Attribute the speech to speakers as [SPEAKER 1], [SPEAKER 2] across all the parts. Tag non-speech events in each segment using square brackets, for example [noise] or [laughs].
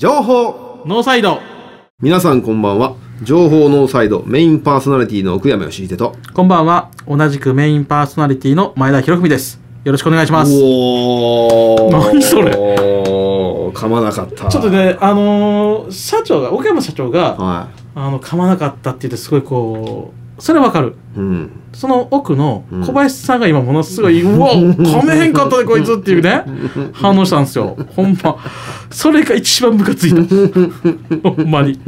[SPEAKER 1] 情報
[SPEAKER 2] ノーサイド
[SPEAKER 1] 皆さんこんばんは情報ノーサイドメインパーソナリティの奥山義秀と
[SPEAKER 2] こんばんは同じくメインパーソナリティの前田博文ですよろしくお願いしますち
[SPEAKER 1] おお
[SPEAKER 2] 何それ
[SPEAKER 1] 噛まなかった
[SPEAKER 2] ょっとねあのー社長が奥山社長が
[SPEAKER 1] は
[SPEAKER 2] あの噛まなかったって言ってすごいこうそれわかる
[SPEAKER 1] いうん
[SPEAKER 2] その奥の小林さんが今ものすごい「うわ噛めへんかったでこいつ」っていうね反応したんですよほんまそれが一番ムカついた [laughs] ほんまに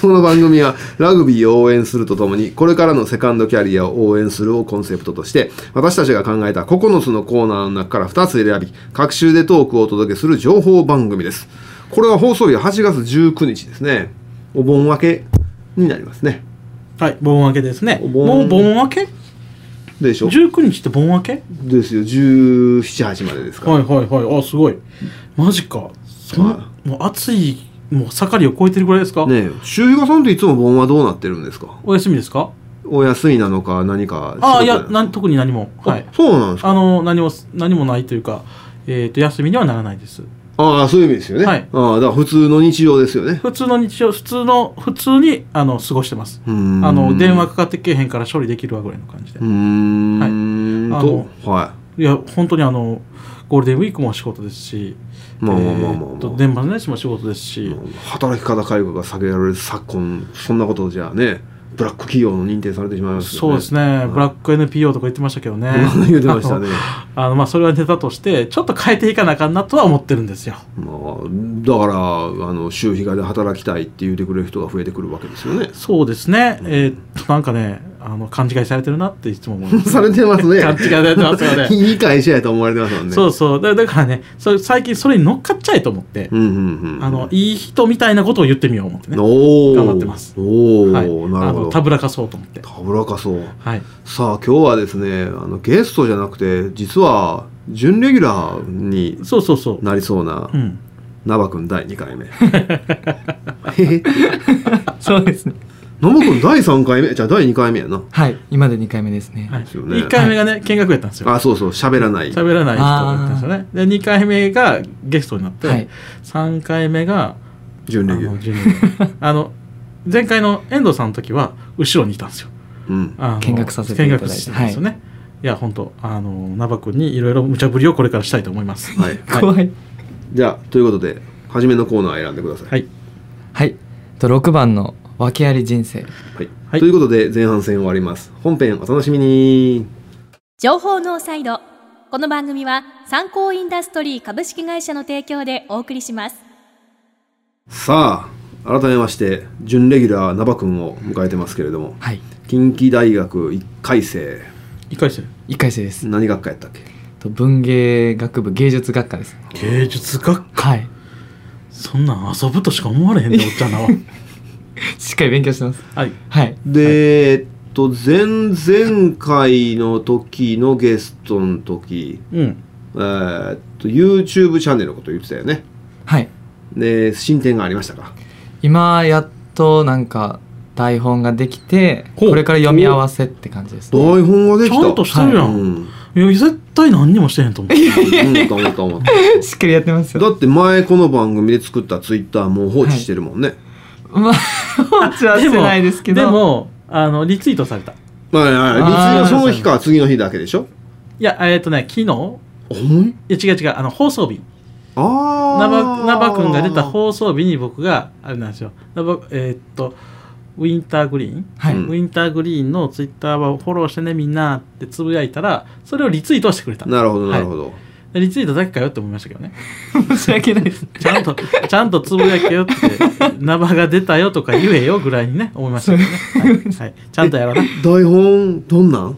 [SPEAKER 1] この番組はラグビーを応援するとともにこれからのセカンドキャリアを応援するをコンセプトとして私たちが考えた9つのコーナーの中から2つ選び各週でトークをお届けする情報番組ですこれは放送日は8月19日ですねお盆明けになりますね
[SPEAKER 2] はい盆明けですね
[SPEAKER 1] お盆
[SPEAKER 2] もう盆明け
[SPEAKER 1] でしょ
[SPEAKER 2] 19日って盆明け
[SPEAKER 1] ですよ178までですから
[SPEAKER 2] はいはいはいあすごいマジかそん
[SPEAKER 1] は
[SPEAKER 2] もう暑いもう盛りを超えてるぐらいですか、
[SPEAKER 1] ねえ周平さんっていつも盆はどうなってるんですか
[SPEAKER 2] お休みですか
[SPEAKER 1] お休みなのか何か
[SPEAKER 2] ああい
[SPEAKER 1] 仕事
[SPEAKER 2] や
[SPEAKER 1] なの
[SPEAKER 2] なん特に何もはい
[SPEAKER 1] あそうなんですか
[SPEAKER 2] あの何も何もないというかえっ、と休みにはならないです
[SPEAKER 1] ああそういう意味ですよね、
[SPEAKER 2] はい
[SPEAKER 1] ああだから普通の日常ですよね
[SPEAKER 2] 普通の日常普通の普通にあの過ごしてます
[SPEAKER 1] あ
[SPEAKER 2] あの電話かかってけえへんから処理できるわぐらいの感じで
[SPEAKER 1] うーん
[SPEAKER 2] はい
[SPEAKER 1] とはい
[SPEAKER 2] や本当にあのゴールデンウィークも仕事ですし
[SPEAKER 1] いまあまあまあまあ
[SPEAKER 2] えー
[SPEAKER 1] ま
[SPEAKER 2] と
[SPEAKER 1] あ、
[SPEAKER 2] 年末年始も仕事ですし、
[SPEAKER 1] 働き方改革が避けられる昨今そんなことじゃあねブラック企業の認定されてしまいますよね
[SPEAKER 2] そうですね、ブラック NPO とか言ってましたけどね
[SPEAKER 1] [laughs] 言ってましたね
[SPEAKER 2] あのまあそれはネタとしてちょっと変えていかなあかんなとは思ってるんですよ
[SPEAKER 1] まあ、だからあの週日がで働きたいって言ってくれる人が増えてくるわけですよね
[SPEAKER 2] そうですねえーっとなんかねあの勘違いされてるなっていつも思いま
[SPEAKER 1] [laughs]
[SPEAKER 2] す
[SPEAKER 1] されてますね
[SPEAKER 2] 勘違いされてますよね
[SPEAKER 1] [laughs] いい会社やと思われてますもんね
[SPEAKER 2] そうそうだだからねそれ最近それに乗っかっちゃえと思って、
[SPEAKER 1] うんうんうん
[SPEAKER 2] あのいい人みたいなことを言ってみよう思ってね
[SPEAKER 1] おー
[SPEAKER 2] 頑張ってます
[SPEAKER 1] おお、な
[SPEAKER 2] はい、あ
[SPEAKER 1] るほ
[SPEAKER 2] の
[SPEAKER 1] ど
[SPEAKER 2] たぶらかそうと思って
[SPEAKER 1] たぶらかそう
[SPEAKER 2] はい
[SPEAKER 1] さあ今日はですねあのゲストじゃなくて実は準レギュラーに
[SPEAKER 2] そうそうそう
[SPEAKER 1] なりそうな
[SPEAKER 2] うん
[SPEAKER 1] ナバ君第2回目
[SPEAKER 3] そうですね。
[SPEAKER 1] ナバ君第3回目じゃあ第2回目やな
[SPEAKER 3] はい、今で2回目ですね。
[SPEAKER 2] はい、
[SPEAKER 1] すよね
[SPEAKER 2] 1回目がね見学やったんですよ
[SPEAKER 1] あそうそう喋らない
[SPEAKER 2] 喋らない人だったんですよねで2回目がゲストになって、
[SPEAKER 3] はい
[SPEAKER 2] 3回目が
[SPEAKER 1] 準レギ
[SPEAKER 2] あの
[SPEAKER 1] ュ
[SPEAKER 2] ジュニアあの前回の遠藤さんの時は後ろにいたんですよ。
[SPEAKER 1] うん
[SPEAKER 2] あの
[SPEAKER 3] 見学させていただいて
[SPEAKER 2] 見学してたんですよね。い、や本当あのナバ君にいろいろ無茶ぶりをこれからしたいと思います。
[SPEAKER 1] はい
[SPEAKER 3] 怖い。
[SPEAKER 1] じゃあということで初めのコーナー選んでください、
[SPEAKER 2] はい
[SPEAKER 3] はい。と6番の訳あり人生。
[SPEAKER 1] はい
[SPEAKER 2] はい
[SPEAKER 1] ということで前半戦終わります本編お楽しみに
[SPEAKER 4] 情報ノーサイドこの番組は参考インダストリー株式会社の提供でお送りします
[SPEAKER 1] さあ改めまして準レギュラーナバ君を迎えてますけれども
[SPEAKER 3] はい。
[SPEAKER 1] 近畿大学1回生
[SPEAKER 2] 一回戦
[SPEAKER 3] 1回生です。
[SPEAKER 1] 何学科やったっけ
[SPEAKER 3] と文芸学部芸術学科です。
[SPEAKER 2] 芸術学
[SPEAKER 3] はい。
[SPEAKER 2] そんなん遊ぶとしか思われへんでおっちゃんなは。
[SPEAKER 3] しっかり勉強してます。
[SPEAKER 2] はい
[SPEAKER 3] はい。
[SPEAKER 1] で、えっと前々回の時のゲストの時、
[SPEAKER 2] うん
[SPEAKER 1] えーっと YouTube チャンネルのこと言ってたよね
[SPEAKER 3] はい。
[SPEAKER 1] で進展がありましたか
[SPEAKER 3] 今やっとなんか台本ができて、
[SPEAKER 2] ほう
[SPEAKER 3] これから読み合わせって感じですね。
[SPEAKER 1] 台本がで
[SPEAKER 2] ち
[SPEAKER 1] きた
[SPEAKER 2] ゃんとしてるやん。
[SPEAKER 1] うん
[SPEAKER 2] いや絶対何にもしてへんと思う。
[SPEAKER 1] 思った思った思った
[SPEAKER 3] しっかりやってますよ。
[SPEAKER 1] [laughs] だって前この番組で作ったツイッターもう放置してるもんね、
[SPEAKER 3] [laughs] まあ、落ちはしてないですけど。
[SPEAKER 2] でもあのリツイートされた。い
[SPEAKER 1] はいはい
[SPEAKER 3] あ
[SPEAKER 1] 別
[SPEAKER 3] ー
[SPEAKER 1] にその日か次の日だけでしょ
[SPEAKER 2] やえっ、とね昨日い
[SPEAKER 1] ほんまに
[SPEAKER 2] や違う違うあの放送日。
[SPEAKER 1] あ
[SPEAKER 2] ナ
[SPEAKER 1] あ
[SPEAKER 2] バナバ君が出た放送日に僕があれなんですよナバえーっとウィンターグリーン、
[SPEAKER 3] はい。
[SPEAKER 1] うん
[SPEAKER 2] ウィンターグリーンのツイッターはフォローしてねみんなってつぶやいたらそれをリツイートはしてくれた
[SPEAKER 1] なるほどなるほど、
[SPEAKER 2] でリツイートだけかよって思いましたけどね
[SPEAKER 3] [laughs] 申し訳ないです。
[SPEAKER 2] ちゃんと [laughs] ちゃんとつぶやけよってナバが出たよとか言えよぐらいにね思いましたけどね、はいはいちゃんとやろうな
[SPEAKER 1] 台本どんなん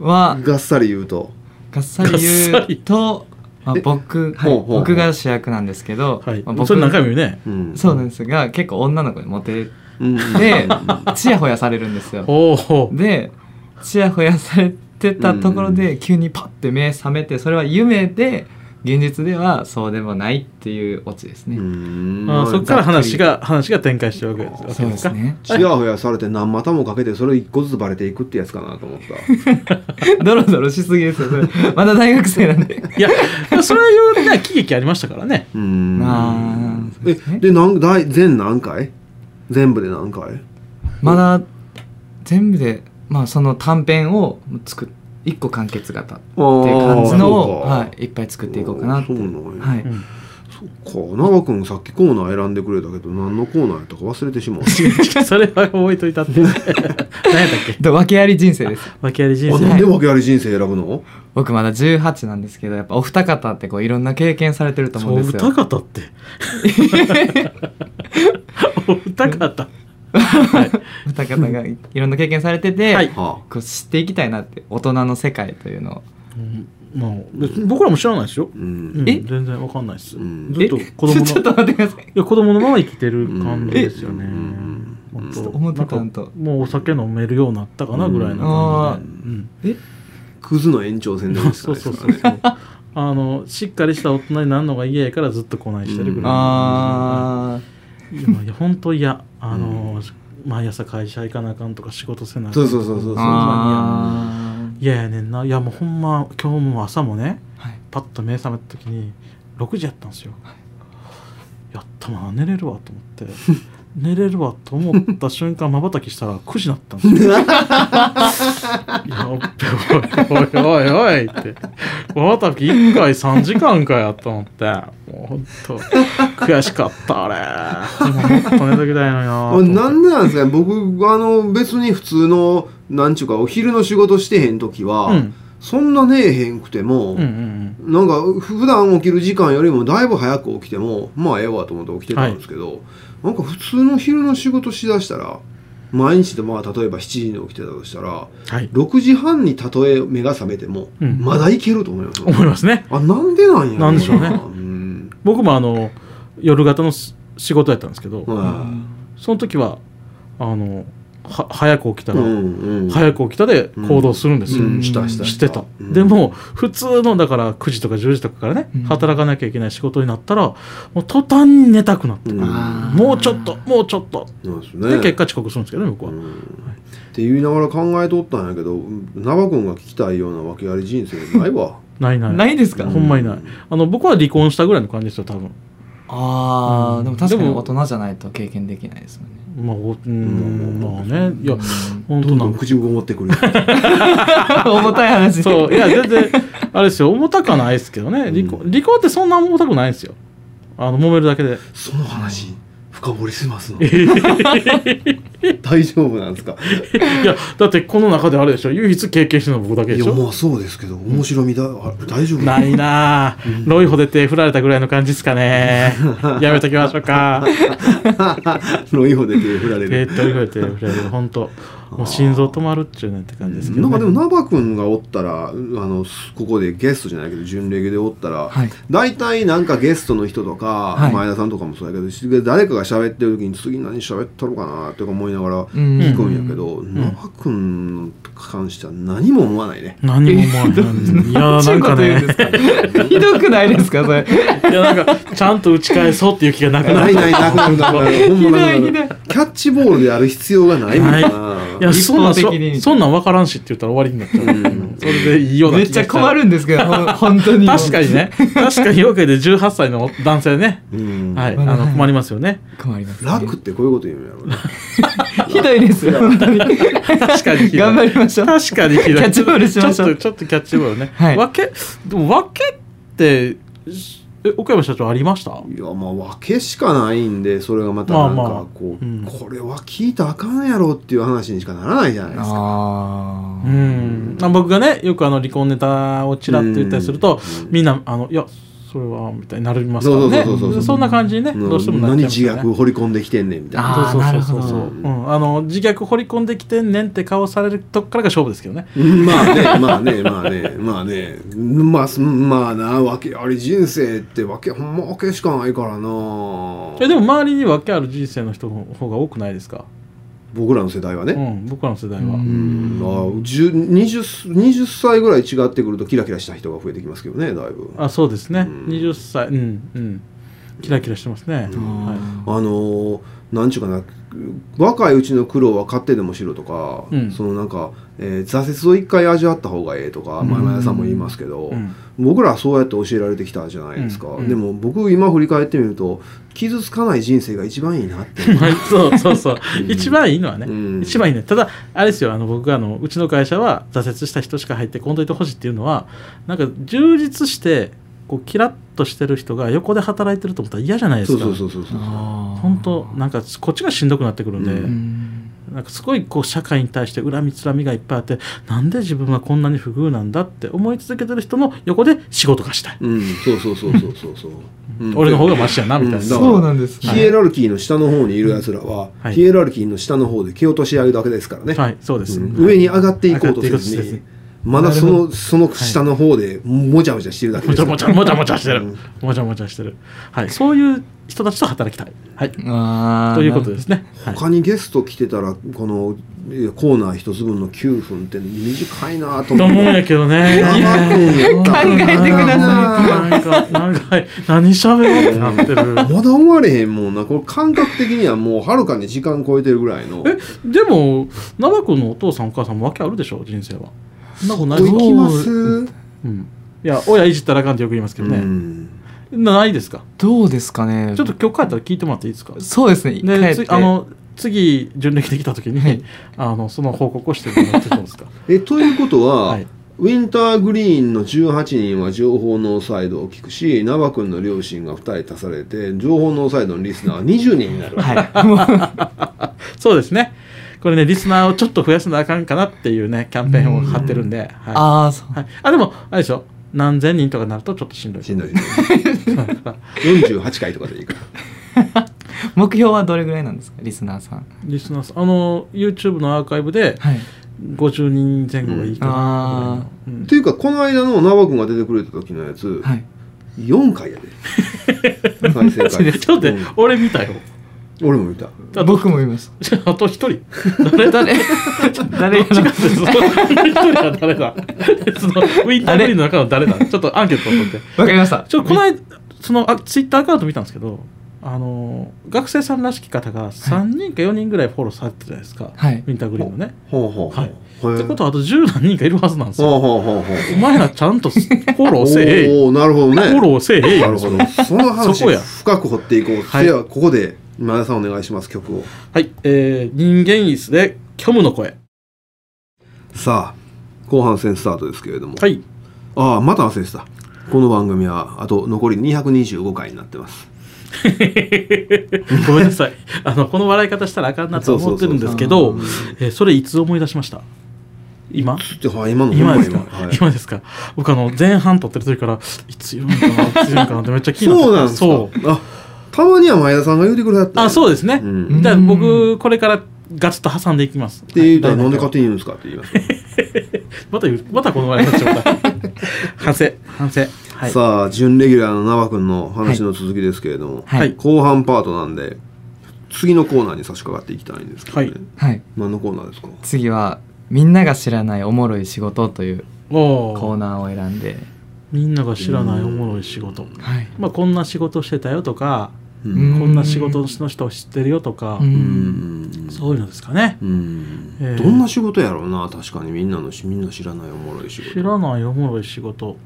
[SPEAKER 3] は、
[SPEAKER 1] がっさり言うと
[SPEAKER 3] がっさり
[SPEAKER 2] がっ
[SPEAKER 3] 言
[SPEAKER 2] さり
[SPEAKER 3] うと、まあ、僕、は
[SPEAKER 1] ほ
[SPEAKER 3] い
[SPEAKER 1] うほうほう
[SPEAKER 3] 僕が主役なんですけど、
[SPEAKER 2] はい、
[SPEAKER 3] まあ、僕
[SPEAKER 2] それ何回も言うね
[SPEAKER 1] うん
[SPEAKER 3] そうなんですが結構女の子にモテ
[SPEAKER 1] うん
[SPEAKER 3] てちやほやされるんですよ。
[SPEAKER 2] おお
[SPEAKER 3] でちやほやされてたところで急にパッて目覚めてそれは夢で現実ではそうでもないっていうオチです
[SPEAKER 1] う
[SPEAKER 3] ね。
[SPEAKER 1] ん
[SPEAKER 2] あそこから話が話が展開してるわけですわけ
[SPEAKER 3] そう
[SPEAKER 2] で
[SPEAKER 3] です
[SPEAKER 2] か
[SPEAKER 3] すね。
[SPEAKER 1] ちやほやされて何股もかけてそれ一個ずつバレていくってやつかなと思った。
[SPEAKER 3] [laughs] ドロドロしすぎですよ。それまだ大学生なんで。
[SPEAKER 2] いやそれは言うね喜劇ありましたからね
[SPEAKER 1] うーん
[SPEAKER 3] まあこと
[SPEAKER 1] え
[SPEAKER 3] ですね
[SPEAKER 1] でなんだい全何回全部で何回
[SPEAKER 3] まだ全部でまあその短編を作っ一個完結型っていう感じのを、
[SPEAKER 1] あー
[SPEAKER 3] はい、いっぱい作っていこうかなって
[SPEAKER 1] そうなんや
[SPEAKER 3] はい
[SPEAKER 2] うん
[SPEAKER 1] そっか長君さっきコーナー選んでくれたけど何のコーナーやったか忘れてしまう
[SPEAKER 2] それは覚えとい [laughs] たって何やったっけ
[SPEAKER 3] で訳あり人
[SPEAKER 2] [laughs]
[SPEAKER 3] 生です
[SPEAKER 2] 訳あり人
[SPEAKER 1] あ
[SPEAKER 2] 生
[SPEAKER 1] なんで訳あり人生選ぶの
[SPEAKER 3] 僕まだ18なんですけどやっぱお二方ってこういろんな経験されてると思うんですよ
[SPEAKER 2] そう歌方って [laughs] お歌方
[SPEAKER 3] お二方がいろんな経験されてて、
[SPEAKER 2] はい
[SPEAKER 1] は
[SPEAKER 3] こう知っていきたいなって大人の世界というのを
[SPEAKER 2] まあ別に僕らも知らないですよ
[SPEAKER 1] あ、う、ん
[SPEAKER 2] うん
[SPEAKER 3] え
[SPEAKER 2] 全然わかんないです、
[SPEAKER 1] うん
[SPEAKER 2] ずっと
[SPEAKER 3] え
[SPEAKER 2] 子供の
[SPEAKER 3] [laughs] ちょっと待ってください
[SPEAKER 2] いや子供のまま生きてる感じですよね。
[SPEAKER 1] うん
[SPEAKER 2] もっ
[SPEAKER 3] ちょっ
[SPEAKER 2] と
[SPEAKER 3] と思ってたんと
[SPEAKER 2] なんかもうお酒飲めるようになったかなぐらいな感じで。うん
[SPEAKER 3] え
[SPEAKER 1] クズの延長戦でも
[SPEAKER 2] そうそうそうそう。 [laughs] あのしっかりした大人になるのが嫌やからずっとこないしてるぐらいの
[SPEAKER 3] あー
[SPEAKER 2] 感じで。いや本当嫌。あの毎朝会社行かなあかんとか仕事せなあかん
[SPEAKER 1] そう
[SPEAKER 2] と
[SPEAKER 1] そ
[SPEAKER 2] か
[SPEAKER 1] うそうそうそう
[SPEAKER 3] あー
[SPEAKER 2] 嫌やねんな。いやもうほんま今日も朝もね
[SPEAKER 3] はい
[SPEAKER 2] パッと目覚めた時に6時やったんですよ。やったまあ寝れるわと思って。寝れるわと思った瞬間まばたきしたら9時になったんですよやっべおいおいおいおいってたき1回3時間かやと思ってもうほんと悔しかったあれでももっと寝ときたいのよ
[SPEAKER 1] あなんでなんですかね僕あの別に普通のなんちゅうかお昼の仕事してへん時は、
[SPEAKER 2] うん
[SPEAKER 1] そんなねえへんくても、
[SPEAKER 2] うんうん
[SPEAKER 1] なんか普段起きる時間よりもだいぶ早く起きてもまあええわと思って起きてたんですけど、なんか普通の昼の仕事しだしたら毎日でまあ例えば7時に起きてたとしたら
[SPEAKER 2] うんはい
[SPEAKER 1] 6時半にたとえ目が覚めても、
[SPEAKER 2] うん
[SPEAKER 1] まだいけると思います
[SPEAKER 2] 思いますね
[SPEAKER 1] あなんでなんやろ
[SPEAKER 2] なんでしょうね
[SPEAKER 1] ん
[SPEAKER 2] 僕もあの夜型のす仕事やったんですけど、
[SPEAKER 1] は
[SPEAKER 2] その時はあのは早く起きた
[SPEAKER 1] い
[SPEAKER 2] ら、
[SPEAKER 1] うんうん
[SPEAKER 2] 早く起きたで行動するんですよ、
[SPEAKER 1] うんしたした
[SPEAKER 2] してた、
[SPEAKER 1] うん
[SPEAKER 2] でも普通のだから9時とか10時とかからね、
[SPEAKER 3] うん
[SPEAKER 2] 働かなきゃいけない仕事になったらもう途端に寝たくなって、
[SPEAKER 1] うん
[SPEAKER 3] あー
[SPEAKER 2] もうちょっともうちょっと
[SPEAKER 1] なんです
[SPEAKER 2] で
[SPEAKER 1] ね
[SPEAKER 2] 結果遅刻するんですけどね僕は、
[SPEAKER 1] うんって言いながら考えとったんやけど生君が聞きたいような訳あり人生ないわ
[SPEAKER 2] ないない
[SPEAKER 3] ないですか
[SPEAKER 2] ほんまにないあの僕は離婚したぐらいの感じですよ多分
[SPEAKER 3] あー、
[SPEAKER 2] うん
[SPEAKER 3] でも確か
[SPEAKER 2] で
[SPEAKER 3] に
[SPEAKER 2] も
[SPEAKER 3] 大人じゃないと経験できないですもんね
[SPEAKER 2] まあおうん
[SPEAKER 1] うん
[SPEAKER 2] まあねいや
[SPEAKER 3] うん
[SPEAKER 2] 本
[SPEAKER 1] ど
[SPEAKER 2] 当
[SPEAKER 1] ん
[SPEAKER 2] な
[SPEAKER 1] どん
[SPEAKER 2] んか
[SPEAKER 1] 口を持ってくる
[SPEAKER 3] 重たい話
[SPEAKER 2] そういや全然あれですよ重たくはないですけどね離婚離婚ってそんな重たくないんですよあの揉めるだけで
[SPEAKER 1] その話深掘りしますの大丈夫なんですか
[SPEAKER 2] いやだってこの中であれでしょ唯一経験してるの僕だけ
[SPEAKER 1] い
[SPEAKER 2] で
[SPEAKER 1] や
[SPEAKER 2] しょ
[SPEAKER 1] まあそうですけど面白みだあ大丈夫
[SPEAKER 2] ないなあロイホ出て振られたぐらいの感じです
[SPEAKER 1] [laughs]
[SPEAKER 2] かねやめときましょうか
[SPEAKER 1] [laughs] ロイホで手振られ
[SPEAKER 2] えー
[SPEAKER 1] る
[SPEAKER 2] っとロイホ出て振られる本当もう心臓止まるっちゅうねんって感じですけ
[SPEAKER 1] な
[SPEAKER 2] ど、
[SPEAKER 1] ん
[SPEAKER 2] ね、
[SPEAKER 1] かでもナバ君がおったらあのここでゲストじゃないけど準レギュでおったら、
[SPEAKER 3] はい
[SPEAKER 1] 大体なんかゲストの人とか、
[SPEAKER 3] はい
[SPEAKER 1] 前田さんとかもそうやけどし誰かが喋ってる時に次何喋ったろうかなって思いながら
[SPEAKER 3] うん
[SPEAKER 1] 聞くんやけど、ナバ君に関しては何も思わないね。
[SPEAKER 2] 何も思わないいや
[SPEAKER 3] [laughs] ち
[SPEAKER 2] な
[SPEAKER 3] ゅ
[SPEAKER 2] ん
[SPEAKER 3] うこ
[SPEAKER 2] か
[SPEAKER 3] と言う
[SPEAKER 2] ね
[SPEAKER 3] んですかひどくないですかそれ
[SPEAKER 2] いやなんかちゃんと打ち返そうっていう気がなくな
[SPEAKER 1] ない
[SPEAKER 2] る
[SPEAKER 1] ないなくなるなく
[SPEAKER 2] [laughs]
[SPEAKER 1] なるほんまなく
[SPEAKER 3] ひ
[SPEAKER 1] な
[SPEAKER 3] ど
[SPEAKER 1] いるキャッチボールでやる必要がないもんな。
[SPEAKER 2] いやそんなん
[SPEAKER 3] 一
[SPEAKER 2] そ
[SPEAKER 3] 方的に
[SPEAKER 2] そんなん分からんしって言ったら終わりになっちゃう、それでいいような
[SPEAKER 3] め
[SPEAKER 2] 気
[SPEAKER 3] っ
[SPEAKER 2] がし
[SPEAKER 3] ちゃ困
[SPEAKER 2] る
[SPEAKER 3] るんですけどほん [laughs] 本当に
[SPEAKER 2] 確かにね確かによくで18歳の男性ね、
[SPEAKER 1] うん
[SPEAKER 2] はいあの困りますよね
[SPEAKER 3] 困りますね
[SPEAKER 1] 楽ってこういうこと言うんやろね。
[SPEAKER 3] ひどいですよ本当に
[SPEAKER 2] 確かにひどい
[SPEAKER 3] 頑張りましょう
[SPEAKER 2] 確かにひどい
[SPEAKER 3] キャッチボールしましょ
[SPEAKER 2] ちょ
[SPEAKER 3] う
[SPEAKER 2] っとちょっとキャッチボールね、
[SPEAKER 3] はい
[SPEAKER 2] わけでもわけってしえ岡山社長ありました
[SPEAKER 1] いやまあ分けしかないんでそれがまたなん
[SPEAKER 2] まあまあ
[SPEAKER 1] かこう、
[SPEAKER 2] うん
[SPEAKER 1] これは聞いたらあかんやろっていう話にしかならないじゃないですか。
[SPEAKER 3] あ
[SPEAKER 2] う
[SPEAKER 3] ー
[SPEAKER 2] んあ僕がねよくあの離婚ネタをちらっと言ったりすると、
[SPEAKER 1] うん
[SPEAKER 2] みんなあのいやそれはみたいになりますから
[SPEAKER 1] そうそうそうそうそ
[SPEAKER 2] ね
[SPEAKER 1] うん
[SPEAKER 2] な感じにね、
[SPEAKER 1] うん
[SPEAKER 2] どうしてもなっ
[SPEAKER 1] 何
[SPEAKER 2] ちゃいま
[SPEAKER 1] 自
[SPEAKER 2] すよね
[SPEAKER 1] 虐掘り込んできてんねんみたいな。
[SPEAKER 3] あ
[SPEAKER 2] そう
[SPEAKER 3] ー
[SPEAKER 2] そうそうそうそう、
[SPEAKER 3] なる
[SPEAKER 1] ほ
[SPEAKER 2] う
[SPEAKER 1] ど
[SPEAKER 2] ん、あの自虐掘り込んできてんねんって顔されるとこからが勝負ですけどね
[SPEAKER 1] うんまあねまあねまあねまあねまあすまあなわけあれ人生ってわけほんまわけしかないからな
[SPEAKER 2] えでも周りに分けある人生の人の方が多くないですか、
[SPEAKER 1] 僕らの世代はね、
[SPEAKER 2] うん、僕らの世代は、
[SPEAKER 3] うん
[SPEAKER 1] うんあー10 20, 20歳ぐらい違ってくるとキラキラした人が増えてきますけどねだいぶ。
[SPEAKER 2] あそうですね、
[SPEAKER 1] うん
[SPEAKER 2] 20歳うんうんキラキラしてますね、
[SPEAKER 1] うん
[SPEAKER 2] はい [laughs]
[SPEAKER 1] あのーなんちゅうかな若いうちの苦労は買ってでもしろとか、
[SPEAKER 2] うん
[SPEAKER 1] そのなんか、えー挫折を一回味わった方がええとか、まあ、前田さんも言いますけど、
[SPEAKER 2] うん
[SPEAKER 1] 僕らはそうやって教えられてきたじゃないですか、
[SPEAKER 2] うんうん
[SPEAKER 1] でも僕今振り返ってみると傷つかない人生が一番いいなって
[SPEAKER 2] まあそうそうそう
[SPEAKER 1] うん
[SPEAKER 2] 一番いいのはね、
[SPEAKER 1] うん
[SPEAKER 2] 一番いいねただあれですよあの僕あのうちの会社は挫折した人しか入ってこんといてほしいっていうのはなんか充実してこうキラッとしてる人が横で働いてると思ったら嫌じゃないで
[SPEAKER 1] そう
[SPEAKER 2] すか
[SPEAKER 1] そうそうそうそう
[SPEAKER 2] 本当なんかこっちがしんどくなってくるんで、
[SPEAKER 1] う
[SPEAKER 2] なんかすごいこう社会に対して恨みつらみがいっぱいあってなんで自分はこんなに不遇なんだって思い続けてる人の横で仕事がしたい、
[SPEAKER 1] うんそうそうそうそうそうそう、うん
[SPEAKER 2] 俺の方がマシやなみたいな、
[SPEAKER 1] うんだから
[SPEAKER 3] そうなんです
[SPEAKER 1] ヒエラルキーの下の方にいる奴らは、
[SPEAKER 2] はい
[SPEAKER 1] ヒエラルキーの下の方で蹴落とし合うだけですからね、
[SPEAKER 2] はいそうです、
[SPEAKER 1] うん上に上がっていこうとせず
[SPEAKER 2] 上がってい
[SPEAKER 1] に
[SPEAKER 2] こ
[SPEAKER 1] まだそ
[SPEAKER 3] なる
[SPEAKER 1] のその下の方でもちゃもちゃしてるだけ
[SPEAKER 2] も
[SPEAKER 1] で
[SPEAKER 2] ち
[SPEAKER 1] す
[SPEAKER 2] ゃ
[SPEAKER 1] から
[SPEAKER 2] もちゃもちゃもちゃしてる、
[SPEAKER 1] うん
[SPEAKER 2] もちゃもちゃしてるはいそういう人たちと働きたいはい
[SPEAKER 3] あー
[SPEAKER 2] ということですね、はい、
[SPEAKER 1] 他にゲスト来てたらこのえーコーナー一つ分の9分って短いなと
[SPEAKER 2] と
[SPEAKER 1] 思っ
[SPEAKER 2] 思うん
[SPEAKER 1] て
[SPEAKER 2] やけどね
[SPEAKER 3] [laughs]
[SPEAKER 1] 7分やった
[SPEAKER 3] 考えてくだ
[SPEAKER 1] さ
[SPEAKER 2] なんかなんか何喋ろうってなってる
[SPEAKER 1] いまだ終われへんもんなこれ感覚的にはもうはるかに時間超えてるぐらいの
[SPEAKER 2] えでも生君のお父さんお母さんも訳あるでしょ人生はそんなことない
[SPEAKER 1] お
[SPEAKER 2] です
[SPEAKER 1] い
[SPEAKER 2] か
[SPEAKER 1] きます、
[SPEAKER 2] うん、いや親いじったらあかんってよく言いますけ
[SPEAKER 1] う
[SPEAKER 2] どね、
[SPEAKER 1] ん
[SPEAKER 2] ないですか
[SPEAKER 3] どうですかね
[SPEAKER 2] ちょっと曲変えたら聞いてもらっていいですか
[SPEAKER 3] そうですね一回や
[SPEAKER 2] で
[SPEAKER 3] っ
[SPEAKER 2] つ
[SPEAKER 3] て
[SPEAKER 2] あの次準レギできた時に、
[SPEAKER 3] はい
[SPEAKER 2] あのその報告をしてもらってどうですか
[SPEAKER 1] えということは、
[SPEAKER 2] はい
[SPEAKER 1] ウィンターグリーンの18人は情報ノーサイドを聞くしく君の両親が2人足されて情報ノーサイドのリスナーは20人になる
[SPEAKER 2] [laughs]
[SPEAKER 3] はいもう
[SPEAKER 2] そうですねこれねリスナーをちょっと増やすなあかんかなっていうねキャンペーンを張ってるんで、はい
[SPEAKER 3] ああそう
[SPEAKER 2] はい、あでもあれでしょ何千人とかになるとちょっとしんどい
[SPEAKER 1] しんどい48回とかでいいから
[SPEAKER 3] 目標はどれぐらいなんですかリスナーさん
[SPEAKER 2] リスナーさんあの YouTube のアーカイブで
[SPEAKER 3] はい
[SPEAKER 2] 50人前後がいいかな、ぐらいのうん
[SPEAKER 1] っていうかこの間の縄くんが出てくれた時のやつ、
[SPEAKER 3] はい
[SPEAKER 1] 4回や
[SPEAKER 2] [laughs]
[SPEAKER 1] で再生
[SPEAKER 2] ちょっ
[SPEAKER 1] 回
[SPEAKER 2] と待って、
[SPEAKER 1] うん
[SPEAKER 2] 俺見たよ
[SPEAKER 1] 俺も見た
[SPEAKER 2] あと
[SPEAKER 3] 僕もいまし
[SPEAKER 2] あと一人誰誰
[SPEAKER 3] た
[SPEAKER 1] [laughs]
[SPEAKER 3] [laughs] 誰
[SPEAKER 2] 違う
[SPEAKER 3] が
[SPEAKER 2] その一人は誰だ [laughs] そのウィンターグリーンの中の誰だちょっとアンケートを取って
[SPEAKER 3] わかりました
[SPEAKER 2] ちょこの間そのあツイッターアカウント見たんですけどあの学生さんらしき方が3人か4人ぐらいフォローされてたじゃないですか、
[SPEAKER 3] はい
[SPEAKER 2] ウィンターグリーンのね
[SPEAKER 1] ほうほうほう
[SPEAKER 2] はい
[SPEAKER 1] へえ
[SPEAKER 2] ってことはあと10何人かいるはずなんですよ
[SPEAKER 1] ほうほうほうほ
[SPEAKER 2] お前らちゃんとフォロー
[SPEAKER 1] う
[SPEAKER 2] せえ
[SPEAKER 1] おーなるほどね
[SPEAKER 2] フォローせえ
[SPEAKER 1] な
[SPEAKER 2] よ
[SPEAKER 1] るほどその話
[SPEAKER 2] そこや
[SPEAKER 1] 深く掘っていこう、
[SPEAKER 2] はい
[SPEAKER 1] ではここで前田さんお願いします曲を
[SPEAKER 2] はい、えー、人間椅子で虚無の声
[SPEAKER 1] さあ後半戦スタートですけれども、
[SPEAKER 2] はい
[SPEAKER 1] ああまた忘れてたこの番組はあと残り225回になってます
[SPEAKER 2] [laughs] ごめんなさいあのこの笑い方したらあかんなと思ってるんですけど
[SPEAKER 1] そうそうそう
[SPEAKER 2] えーそれいつ思い出しました今
[SPEAKER 1] つってはい今の
[SPEAKER 2] 今ですか
[SPEAKER 1] ほんまはい
[SPEAKER 2] 今ですか僕あの前半撮ってる時からいつ言うんかないつ言うんかなってめっちゃ気になって
[SPEAKER 1] そうなん
[SPEAKER 2] た
[SPEAKER 1] ですかあたまには前田さんが言うてくれはった
[SPEAKER 2] うあ
[SPEAKER 1] う
[SPEAKER 2] そうですね、
[SPEAKER 1] うん
[SPEAKER 2] じゃあ
[SPEAKER 3] う
[SPEAKER 2] 僕これからガツッと挟んでいきます
[SPEAKER 1] って言うたらなんで
[SPEAKER 2] か
[SPEAKER 1] 勝手に言うんですかって言いますよ
[SPEAKER 2] また言うまたこの笑い方しまった
[SPEAKER 1] [laughs]
[SPEAKER 2] 反省反省はい
[SPEAKER 1] さあ準レギュラーの縄くんの話の続きですけれども、
[SPEAKER 3] はい
[SPEAKER 2] はい
[SPEAKER 1] 後半パートなんで次のコーナーに差し掛かっていきたいんですけど、ね
[SPEAKER 2] はい
[SPEAKER 3] はい
[SPEAKER 1] 何のコーナーですか
[SPEAKER 3] 次はみんなが知らないおもろい仕事という
[SPEAKER 2] お
[SPEAKER 3] コー
[SPEAKER 2] ー
[SPEAKER 3] ナーを選んで
[SPEAKER 2] みんなが知らないおもろい仕事
[SPEAKER 3] はい
[SPEAKER 2] まあこんな仕事してたよとか
[SPEAKER 1] う
[SPEAKER 2] こ
[SPEAKER 1] ん
[SPEAKER 2] んな仕事の人を知ってるよとか
[SPEAKER 3] うん
[SPEAKER 1] うん
[SPEAKER 2] そういうのですかね
[SPEAKER 1] うん
[SPEAKER 2] えー
[SPEAKER 1] どんな仕事やろうな確かにみんなのしみんな知らないおもろい仕事
[SPEAKER 2] 知らないおもろい仕事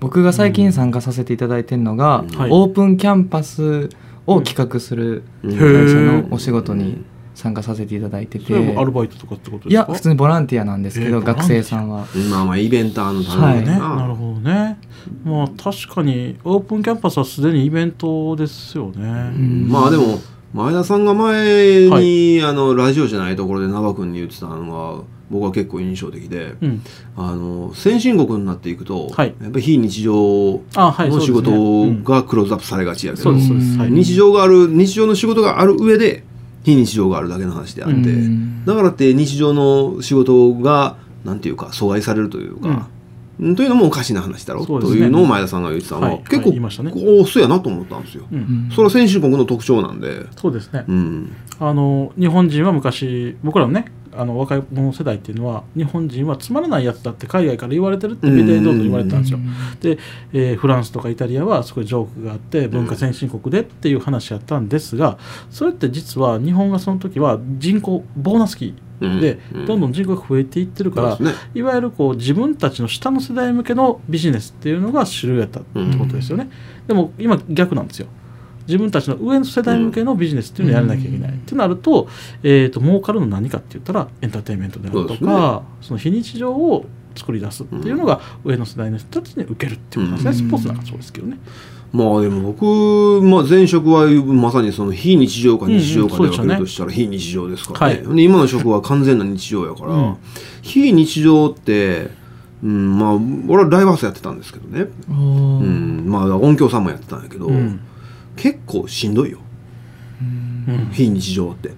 [SPEAKER 3] 僕が最近参加させていただいてるのが、
[SPEAKER 1] うん
[SPEAKER 2] はい
[SPEAKER 3] オープンキャンパスを企画する
[SPEAKER 1] うん
[SPEAKER 2] へ
[SPEAKER 3] 会社
[SPEAKER 2] ー
[SPEAKER 3] のお仕事に参加させていただいてて、
[SPEAKER 2] それもアルバイトとかってことで
[SPEAKER 3] い
[SPEAKER 2] す
[SPEAKER 3] や
[SPEAKER 2] か
[SPEAKER 3] 普通にボランティアなんですけど、
[SPEAKER 2] えー
[SPEAKER 3] 学生さんは
[SPEAKER 1] まあまあイベンターのた
[SPEAKER 3] は
[SPEAKER 1] め
[SPEAKER 3] い
[SPEAKER 1] に
[SPEAKER 2] ね、
[SPEAKER 1] な
[SPEAKER 2] なるほどねまあ確かにオープンキャンパスはすでにイベントですよ
[SPEAKER 3] う
[SPEAKER 2] ね、
[SPEAKER 3] ん
[SPEAKER 1] まあでも前田さんが前に、
[SPEAKER 2] は
[SPEAKER 1] あのラジオじゃないところでく君に言ってたのが僕は結構印象的で
[SPEAKER 2] うん、
[SPEAKER 1] あの先進国になっていくと、
[SPEAKER 2] はい
[SPEAKER 1] やっぱり非日常
[SPEAKER 2] あはい
[SPEAKER 1] の仕
[SPEAKER 2] そうですね
[SPEAKER 1] 事
[SPEAKER 2] うん
[SPEAKER 1] がクローズアップされがちやけど、
[SPEAKER 2] そうですそうです、はい、
[SPEAKER 3] うん
[SPEAKER 1] 日常がある日常の仕事がある上で非日常があるだけの話であって、
[SPEAKER 2] うん
[SPEAKER 3] うん
[SPEAKER 1] だからって日常の仕事がなんていうか阻害されるというか、んというのもおかしな話だろう
[SPEAKER 2] そうです
[SPEAKER 1] と
[SPEAKER 2] ね
[SPEAKER 1] いうのを前田さんが言ってたのは、
[SPEAKER 2] はいはい
[SPEAKER 1] 結構、
[SPEAKER 2] 言いましたね
[SPEAKER 1] おおそうやなと思ったんですよ。
[SPEAKER 2] う、
[SPEAKER 3] うんん
[SPEAKER 1] それは先進国の特徴なんで、
[SPEAKER 2] そうですね
[SPEAKER 1] うん、
[SPEAKER 2] あの日本人は昔僕らのねあの若者世代っていうのは日本人はつまらないやつだって海外から言われてるってメディアにどんどん言われてたんですよ。で、えーフランスとかイタリアはすごいジョークがあって文化先進国でっていう話やったんですがそれって実は日本がその時は人口ボーナス期で
[SPEAKER 1] うん
[SPEAKER 2] どんどん人口が増えていってるから
[SPEAKER 1] そうですね
[SPEAKER 2] いわゆるこう自分たちの下の世代向けのビジネスっていうのが主流やったってことですよね、でも今逆なんですよ自分たちの上の世代向けのビジネスっていうのをやらなきゃいけない、
[SPEAKER 3] うん
[SPEAKER 2] ってなると,、えー、と儲かるの何かって言ったらエンターテインメントであるとか
[SPEAKER 1] そ
[SPEAKER 2] そ,、
[SPEAKER 1] うです
[SPEAKER 2] の非日常を作り出すっていうのが上の世代の人たちに受けるっていうことなんですね、
[SPEAKER 3] うん
[SPEAKER 2] スポーツなんかそうですけどね、
[SPEAKER 1] まあでも僕、まあ、前職はまさにその非日常か日常か
[SPEAKER 2] うん
[SPEAKER 1] で
[SPEAKER 2] う
[SPEAKER 1] 分ける
[SPEAKER 2] んそうでしたね
[SPEAKER 1] としたら非日常ですからね、
[SPEAKER 2] は
[SPEAKER 1] で今の職は完全な日常やから、
[SPEAKER 2] うん
[SPEAKER 1] 非日常って、うん、まあ俺はライブハウスやってたんですけどね、う
[SPEAKER 3] うん
[SPEAKER 1] んまあ、音響さんもやってたんやけど、
[SPEAKER 2] うん
[SPEAKER 1] 結構しんどいよ
[SPEAKER 2] うん
[SPEAKER 1] 非日常って。
[SPEAKER 2] うん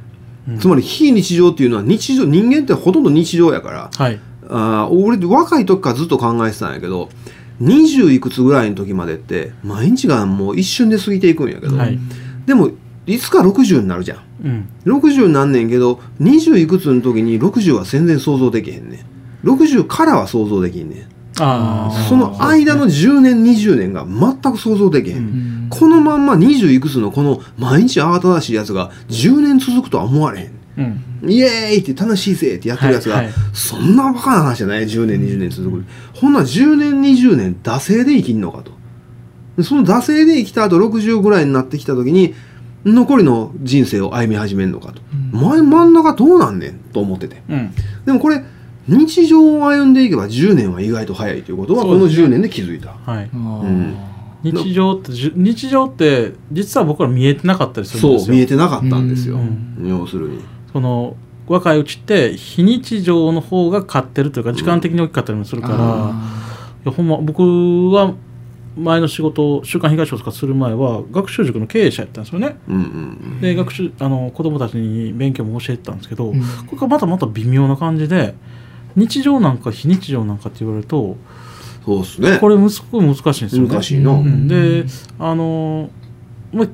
[SPEAKER 1] つまり非日常っていうのは日常人間ってほとんど日常やから
[SPEAKER 2] はい、
[SPEAKER 1] あー俺若い時からずっと考えてたんやけど20いくつぐらいの時までって毎日がもう一瞬で過ぎていくんやけど、
[SPEAKER 2] はい
[SPEAKER 1] でもいつか60になるじゃん
[SPEAKER 2] うん、
[SPEAKER 1] 60になんねんけど20いくつの時に60は全然想像できへんねん60からは想像できんねん
[SPEAKER 2] あー
[SPEAKER 1] その間の10年20年が全く想像できへん、
[SPEAKER 2] うん
[SPEAKER 1] このまんま20いくつのこの毎日慌ただしいやつが10年続くとは思われへん
[SPEAKER 2] うん
[SPEAKER 1] イエーイって楽しいぜってやってるやつが、
[SPEAKER 2] はいはい
[SPEAKER 1] そんなバカな話じゃない10年20年続くほんなら10年20年惰性で生きんのかとでその惰性で生きた後60ぐらいになってきた時に残りの人生を歩み始めるのかと、前真ん中どうなんねんと思ってて
[SPEAKER 2] うん
[SPEAKER 1] でもこれ日常を歩んでいけば10年は意外と早いということはこ
[SPEAKER 2] そう
[SPEAKER 1] の
[SPEAKER 2] ですね
[SPEAKER 1] 10年で気づいた、
[SPEAKER 2] はい、
[SPEAKER 1] うん
[SPEAKER 2] 日常ってじゅ日常って実は僕ら見えてなかったりするん
[SPEAKER 1] そ
[SPEAKER 2] で
[SPEAKER 1] う
[SPEAKER 2] すよ
[SPEAKER 1] 見えてなかったんですよ、
[SPEAKER 2] うん
[SPEAKER 1] 要するに
[SPEAKER 2] その若いうちって非日常の方が勝ってるというか時間的に大きかったりもするから、いやほんま僕は前の仕事を「週刊東大」とかする前は学習塾の経営者やったんですよね。
[SPEAKER 1] うんうん
[SPEAKER 2] で学習あの子供たちに勉強も教えてたんですけど、
[SPEAKER 3] うん
[SPEAKER 2] これがまたまた微妙な感じで日常なんか非日常なんかって言われると
[SPEAKER 1] そうっすね
[SPEAKER 2] これむすごい難しいんですよね。
[SPEAKER 1] 難しいな、
[SPEAKER 3] うん
[SPEAKER 2] うんであのまあ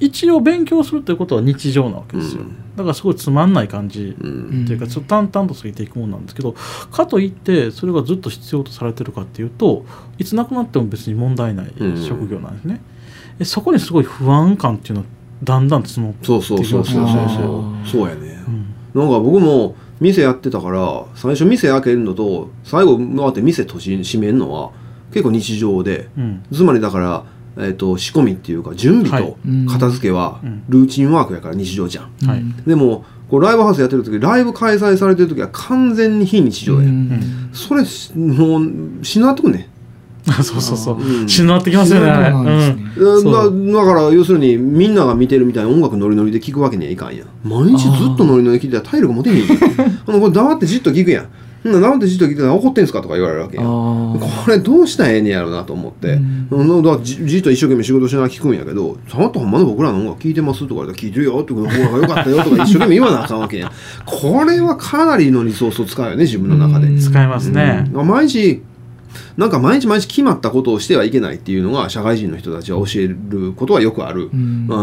[SPEAKER 2] 一応勉強するということは日常なわけですよ、
[SPEAKER 1] うん
[SPEAKER 2] だからすごいつまんない感じ
[SPEAKER 1] うん
[SPEAKER 2] っていうかちょっと淡々と過ぎていくもんなんですけどかといってそれがずっと必要とされてるかっていうといつなくなっても別に問題ない
[SPEAKER 1] うん
[SPEAKER 2] 職業なんですね、でそこにすごい不安感っていうのはだんだん募って、
[SPEAKER 1] そうそうそうそうそうそう
[SPEAKER 3] あー
[SPEAKER 1] そうやね
[SPEAKER 2] うん
[SPEAKER 1] なんか僕も店やってたから最初店開けるのと最後回って店閉じ閉めるのは結構日常で
[SPEAKER 2] うん
[SPEAKER 1] つまりだから、えー、と仕込みっていうか準備と
[SPEAKER 2] は
[SPEAKER 1] 片付けは
[SPEAKER 2] うん
[SPEAKER 1] ルーチンワークやから日常じゃん、
[SPEAKER 2] はい
[SPEAKER 1] でもこうライブハウスやってる時ライブ開催されてる時は完全に非日常や、それしもうしなっとくね
[SPEAKER 2] [laughs] そうそうそう、
[SPEAKER 1] うん
[SPEAKER 2] しんどなってきますよねうん
[SPEAKER 1] だだ
[SPEAKER 2] そ
[SPEAKER 1] だから要するにみんなが見てるみたいな音楽ノリノリで聴くわけにはいかんやん毎日ずっとノリノリで聴いてたら体力持てへんやんほなこれ黙ってじっと聴くやんほんなら黙ってじっと聴いてたら怒ってんすかとか言われるわけやんこれどうしたらええねやろなと思って、うんだからじじっと一生懸命仕事しながら聴くんやけど「ちゃんとほんまの僕らの音楽聴いてます」とか言われたら「聴いてるよ」とか「ほらよかったよ」とか一生懸命言わなあかんわけやんこれはかなりのリソースを使うよね自分の中で。
[SPEAKER 3] うん
[SPEAKER 2] 使いますね、
[SPEAKER 1] うん毎日なんか毎日毎日決まったことをしてはいけないっていうのが社会人の人たちは教えることはよくある、あ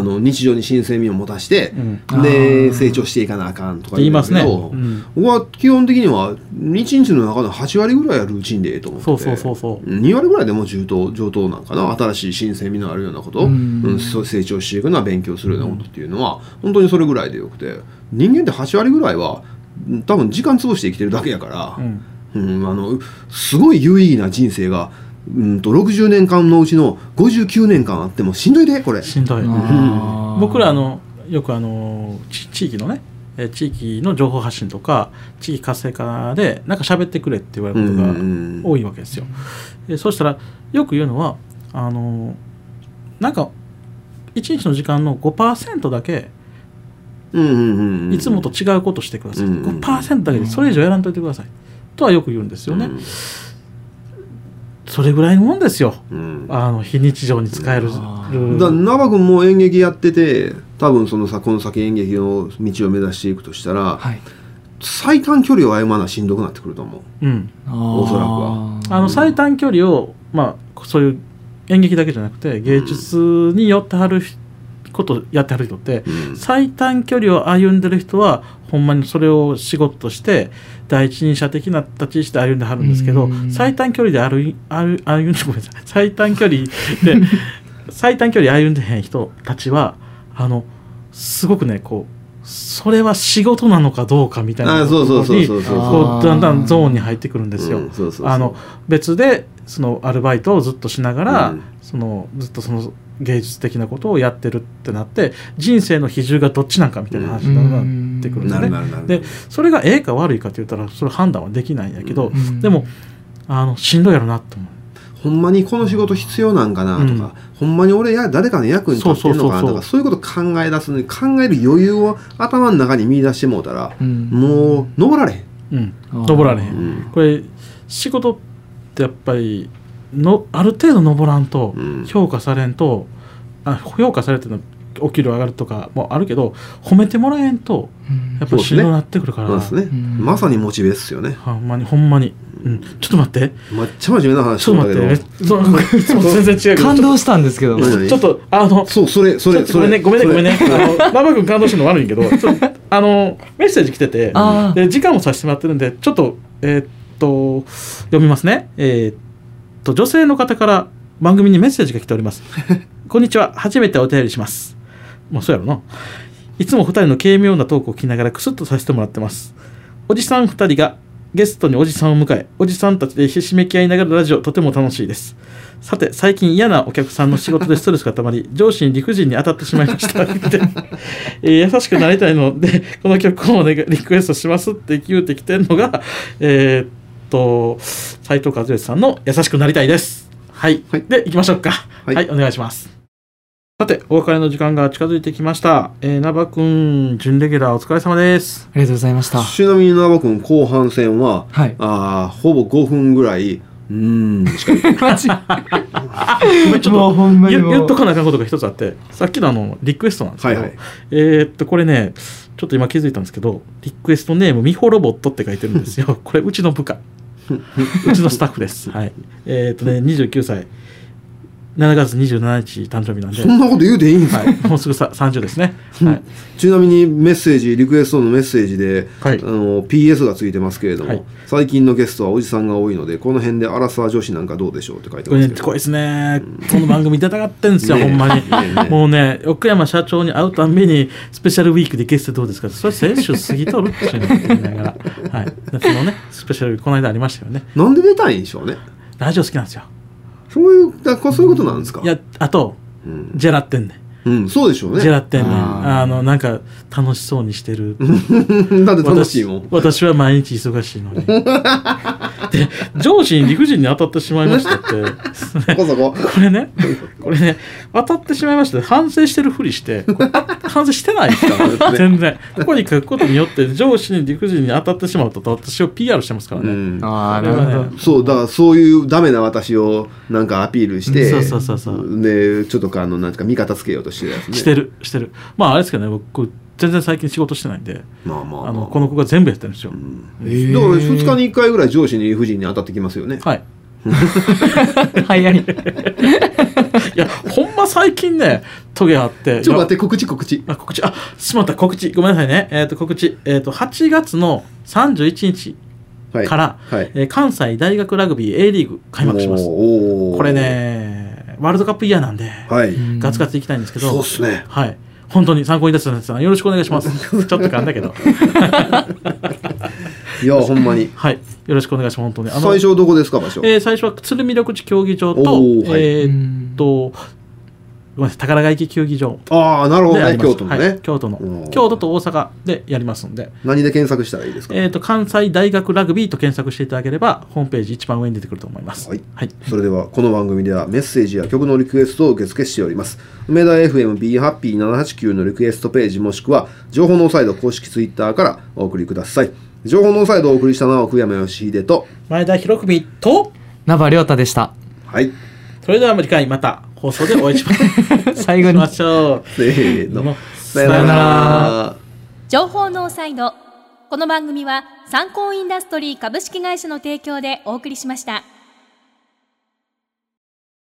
[SPEAKER 1] の日常に新鮮味を持たして
[SPEAKER 2] う、ん
[SPEAKER 1] で
[SPEAKER 3] あー
[SPEAKER 1] 成長していかなあかんとか
[SPEAKER 2] 言いますね、
[SPEAKER 1] う
[SPEAKER 2] う
[SPEAKER 1] けど
[SPEAKER 2] ん
[SPEAKER 1] 僕は基本的には1日の中の8割ぐらいはルーチンでええと思って
[SPEAKER 2] そうそうそうそう
[SPEAKER 1] 2割ぐらいでも中等上等なんかな新しい新鮮味のあるようなこと、う
[SPEAKER 3] うんん
[SPEAKER 1] そう成長していくのは勉強するようなことっていうのは、本当にそれぐらいでよくて人間って8割ぐらいはうん多分時間潰して生きてるだけやから、
[SPEAKER 2] うん
[SPEAKER 1] うん、あのすごい有意義な人生が、うん、と60年間のうちの59年間あってもしんどいでこれ。
[SPEAKER 2] しんどい、
[SPEAKER 1] ん
[SPEAKER 2] 僕らあのよくあのち地域のねえー地域の情報発信とか地域活性化でなんか喋ってくれって言われ
[SPEAKER 1] う
[SPEAKER 2] ることが
[SPEAKER 1] ん
[SPEAKER 2] 多いわけですよ。でそうしたらよく言うのはあのなんか1日の時間の5%だけ
[SPEAKER 1] うんうんうんうん
[SPEAKER 2] いつもと違うことしてください、
[SPEAKER 1] うんうん
[SPEAKER 2] 5%だけでそれ以上やらんといてくださいとはよく言うんですよね。
[SPEAKER 1] うん
[SPEAKER 2] それぐらいのもんですよ
[SPEAKER 1] うん
[SPEAKER 2] あの非日常に使える。
[SPEAKER 3] あ
[SPEAKER 1] だナバ君も演劇やってて多分そのさこの先演劇の道を目指していくとしたら、
[SPEAKER 3] はい
[SPEAKER 1] 最短距離を歩まなしんどくなってくると思う。
[SPEAKER 2] うん
[SPEAKER 1] おそらくは
[SPEAKER 2] あの最短距離を、まあ、そういう演劇だけじゃなくて芸術に寄ってはる人ことやってはる人って、
[SPEAKER 1] うん
[SPEAKER 2] 最短距離を歩んでる人はほんまにそれを仕事として第一人者的な立ち位置で歩んではるんですけど、
[SPEAKER 3] うん
[SPEAKER 2] 最短距離で歩い歩歩んでごめんなさい最短距
[SPEAKER 1] [laughs]
[SPEAKER 2] 離で最短距離歩んでへん人たちはあのすごくねこうそれは仕事なのかどうかみたいな
[SPEAKER 1] あ
[SPEAKER 2] とこ
[SPEAKER 1] そうそうそう
[SPEAKER 2] ろに
[SPEAKER 1] そうそう
[SPEAKER 3] あ
[SPEAKER 2] こうだんだんゾーンに入ってくるんですよ。
[SPEAKER 1] うんそうそうそう
[SPEAKER 2] あの別でそのアルバイトをずっとしながら、
[SPEAKER 1] うん
[SPEAKER 2] そのずっとその芸術的なことをやってるってなって人生の比重がどっちなんかみたいな話になってくるんです
[SPEAKER 1] な
[SPEAKER 2] ね。
[SPEAKER 1] るなるなる
[SPEAKER 2] でそれがええか悪いかって言ったらそれ判断はできないんやけど、
[SPEAKER 3] うん
[SPEAKER 2] でもあのしんどいやろなと思う。
[SPEAKER 1] ほんまにこの仕事必要なんかなとか、
[SPEAKER 2] うん
[SPEAKER 1] ほんまに俺や誰かの役に立ってるのかなとかそう
[SPEAKER 2] そうそうそうそう
[SPEAKER 1] いうこと考え出すのに考える余裕を頭の中に見出してもうたら、
[SPEAKER 3] うん
[SPEAKER 1] もう登られへん、
[SPEAKER 2] うん、
[SPEAKER 3] あー
[SPEAKER 2] 登られへ。
[SPEAKER 1] うんん
[SPEAKER 2] これ仕事ってやっぱりのある程度登らんと
[SPEAKER 1] うん
[SPEAKER 2] 評価されんと、あ評価されてのお給料上がるとかもあるけど褒めてもらえんとやっぱりしんどくなってくるから、
[SPEAKER 1] そうですね、
[SPEAKER 3] うん
[SPEAKER 1] まさにモチベっすよね
[SPEAKER 2] ほんまにほんまに、うん、ちょっと待って
[SPEAKER 1] めっちゃ真面目な話し
[SPEAKER 2] ちょ
[SPEAKER 1] と
[SPEAKER 2] っ
[SPEAKER 1] ん
[SPEAKER 2] と
[SPEAKER 1] だ
[SPEAKER 2] 待
[SPEAKER 1] け
[SPEAKER 2] って
[SPEAKER 1] ど
[SPEAKER 2] えそういつも全然違うけど
[SPEAKER 3] 感動したんですけど
[SPEAKER 1] う
[SPEAKER 3] も
[SPEAKER 1] ん
[SPEAKER 2] ちょっとあの
[SPEAKER 1] そうそれそ
[SPEAKER 2] ちょ
[SPEAKER 1] れ
[SPEAKER 2] っと
[SPEAKER 1] そ
[SPEAKER 2] ご
[SPEAKER 1] れ
[SPEAKER 2] めんねごめんね
[SPEAKER 1] そ
[SPEAKER 2] ご
[SPEAKER 1] れ
[SPEAKER 2] めんねあの
[SPEAKER 1] [laughs]
[SPEAKER 2] 馬場君感動してるの悪いけどちょっとあのメッセージ来てて
[SPEAKER 3] あー
[SPEAKER 2] で時間もさせてもらってるんでちょっとえーっと読みますねえーっと女性の方から番組にメッセージが来ておりますこんにちは初めてお便りしますもうそうやろないつも二人の軽妙なトークを聞きながらクスッとさせてもらってますおじさん二人がゲストにおじさんを迎えおじさんたちでひしめき合いながらラジオとても楽しいですさて最近嫌なお客さんの仕事でストレスがたまり上司に理不尽に当たってしまいましたって、えー優しくなりたいのでこの曲をお願いリクエストしますって言うてきてんのがえーっと斉藤和義さんの「優しくなりたい」ですはい、
[SPEAKER 1] はい
[SPEAKER 2] でいきましょうか
[SPEAKER 1] はい
[SPEAKER 2] はい、お願いしますさてお別れの時間が近づいてきましたえー、ナバ君準レギュラーお疲れ様です
[SPEAKER 3] ありがとうございました
[SPEAKER 1] ちなみに長尾君後半戦は
[SPEAKER 3] はい
[SPEAKER 1] あーほぼ5分ぐらいうーんしか言ってない
[SPEAKER 3] マジ
[SPEAKER 2] ごめんちょっと
[SPEAKER 3] [laughs] もうほんまに
[SPEAKER 2] 言
[SPEAKER 3] もう
[SPEAKER 2] 言っとかなあかんことが一つあってさっきのあのリクエストなんです
[SPEAKER 1] は
[SPEAKER 2] け
[SPEAKER 1] い
[SPEAKER 2] ど、
[SPEAKER 1] はい
[SPEAKER 2] えーっとこれねちょっと今気づいたんですけどリクエストネームミホロボットって書いてるんです
[SPEAKER 1] [laughs]
[SPEAKER 2] よこれうちの部下うちのスタッフですはいえーっとね29歳7月27日誕生日
[SPEAKER 1] [laughs]
[SPEAKER 2] なんで
[SPEAKER 1] そんなこと言うていいんですか、
[SPEAKER 2] はい、もうすぐさ30ですね、はい、
[SPEAKER 1] ちなみにメッセージリクエストのメッセージで、
[SPEAKER 2] はい
[SPEAKER 1] あの PS がついてますけれども、
[SPEAKER 2] はい
[SPEAKER 1] 最近のゲストはおじさんが多いのでこの辺でアラサー女子なんかどうでしょうって書いて
[SPEAKER 2] こ
[SPEAKER 1] ま
[SPEAKER 2] れ
[SPEAKER 1] す
[SPEAKER 2] ね
[SPEAKER 1] けど、
[SPEAKER 2] こいですねこの番組出たがってんですよ、
[SPEAKER 1] ねえ
[SPEAKER 2] ほんまに、
[SPEAKER 1] ねえねえ
[SPEAKER 2] もうね奥山社長に会うたんびにスペシャルウィークでゲストどうですかってそれ先週過ぎとるって言いながら、はい、夏のねスペシャルウィークこの間ありましたよね
[SPEAKER 1] なんで出たいんでしょうね
[SPEAKER 2] ラジオ好きなんですよ
[SPEAKER 1] そういうだそういうことなんですか
[SPEAKER 2] いやあと
[SPEAKER 1] うん、
[SPEAKER 2] ジェラってんね
[SPEAKER 1] うんそうでしょうね
[SPEAKER 2] ジェラってんね
[SPEAKER 1] あ
[SPEAKER 2] あのなんか楽しそうにし
[SPEAKER 1] [laughs]
[SPEAKER 2] てる
[SPEAKER 1] ー [laughs] だって楽しいもん
[SPEAKER 2] 私私は毎日忙し
[SPEAKER 1] [laughs]
[SPEAKER 2] いのにで上司に理不尽に当たってしまいましたって
[SPEAKER 1] そこそこ
[SPEAKER 2] [laughs] これね、これね、当たってしまいました。反省してるふりして、 [laughs] これ反省してないですから、全然。ここに書くことによって、上司に理不尽に当たってしまうと、私を PR してますから
[SPEAKER 1] う
[SPEAKER 2] ね。
[SPEAKER 1] ん
[SPEAKER 3] あー
[SPEAKER 2] これはね
[SPEAKER 3] なるほど
[SPEAKER 1] そうだからそういうダメな私をなんかアピールして、
[SPEAKER 2] そうそうそうそう
[SPEAKER 1] でちょっとかあのなんていうか味方つけようとしてるやつね
[SPEAKER 2] してる、してる。まあ、あれですけどね、僕、全然最近仕事してないんで、
[SPEAKER 1] まあまあ,、まあ、
[SPEAKER 2] あのこの子が全部やってるんですよ。
[SPEAKER 3] え
[SPEAKER 1] だか
[SPEAKER 3] ー
[SPEAKER 1] ら2日に1回ぐらい上司に理不尽に当たってきますよね、
[SPEAKER 2] はい。
[SPEAKER 3] [laughs] 早い
[SPEAKER 2] いや、ほんま最近ね、トゲあって。
[SPEAKER 1] ちょっと待って告知告知
[SPEAKER 2] あ告知あしまった告知ごめんなさいねえっ、と告知えっ、と8月の31日
[SPEAKER 1] はい
[SPEAKER 2] から、
[SPEAKER 1] はい
[SPEAKER 2] えー関西大学ラグビー A リーグ開幕します
[SPEAKER 1] おー
[SPEAKER 2] これねワールドカップイヤーなんで、
[SPEAKER 1] はい、
[SPEAKER 2] ガツガツいきたいんですけど、
[SPEAKER 1] そうっすね
[SPEAKER 2] はい本当に参考になったさんよろしくお願いします [laughs] ちょっと噛んだけど [laughs]
[SPEAKER 1] いやほんまに
[SPEAKER 2] はいよろしくお願いします本当に
[SPEAKER 1] 最初どこですか場所、
[SPEAKER 2] えー最初は鶴見緑地競技場と、
[SPEAKER 1] おーはい
[SPEAKER 2] えーっとごめんなさい宝ヶ池競技場
[SPEAKER 1] ああなるほ
[SPEAKER 2] で
[SPEAKER 1] ど
[SPEAKER 2] あり
[SPEAKER 1] ね
[SPEAKER 2] ます
[SPEAKER 1] 京都のね、
[SPEAKER 2] はい、京都
[SPEAKER 1] お
[SPEAKER 2] の
[SPEAKER 1] ー
[SPEAKER 2] 京都と大阪でやりますんで
[SPEAKER 1] 何で検索したらいいですか、
[SPEAKER 2] えー、と関西大学ラグビーと検索していただければホームページ一番上に出てくると思います。
[SPEAKER 1] はいそれではこの番組ではメッセージや曲のリクエストを受け付けしております梅田 FMBHappy789 のリクエストページもしくは情報ノーサイド公式ツイッターからお送りください情報ノーサイドをお送りしたのは奥山義秀と
[SPEAKER 2] 前田博文と
[SPEAKER 3] ナバリョータでした
[SPEAKER 1] はい
[SPEAKER 2] それでは次回また放送でお会いしましょう
[SPEAKER 3] 最後
[SPEAKER 2] し
[SPEAKER 3] に
[SPEAKER 2] ましょう。
[SPEAKER 1] せー
[SPEAKER 2] どうも
[SPEAKER 1] の
[SPEAKER 2] さよな
[SPEAKER 3] ら
[SPEAKER 4] 情報ノーサイドこの番組は参考インダストリー株式会社の提供でお送りしました。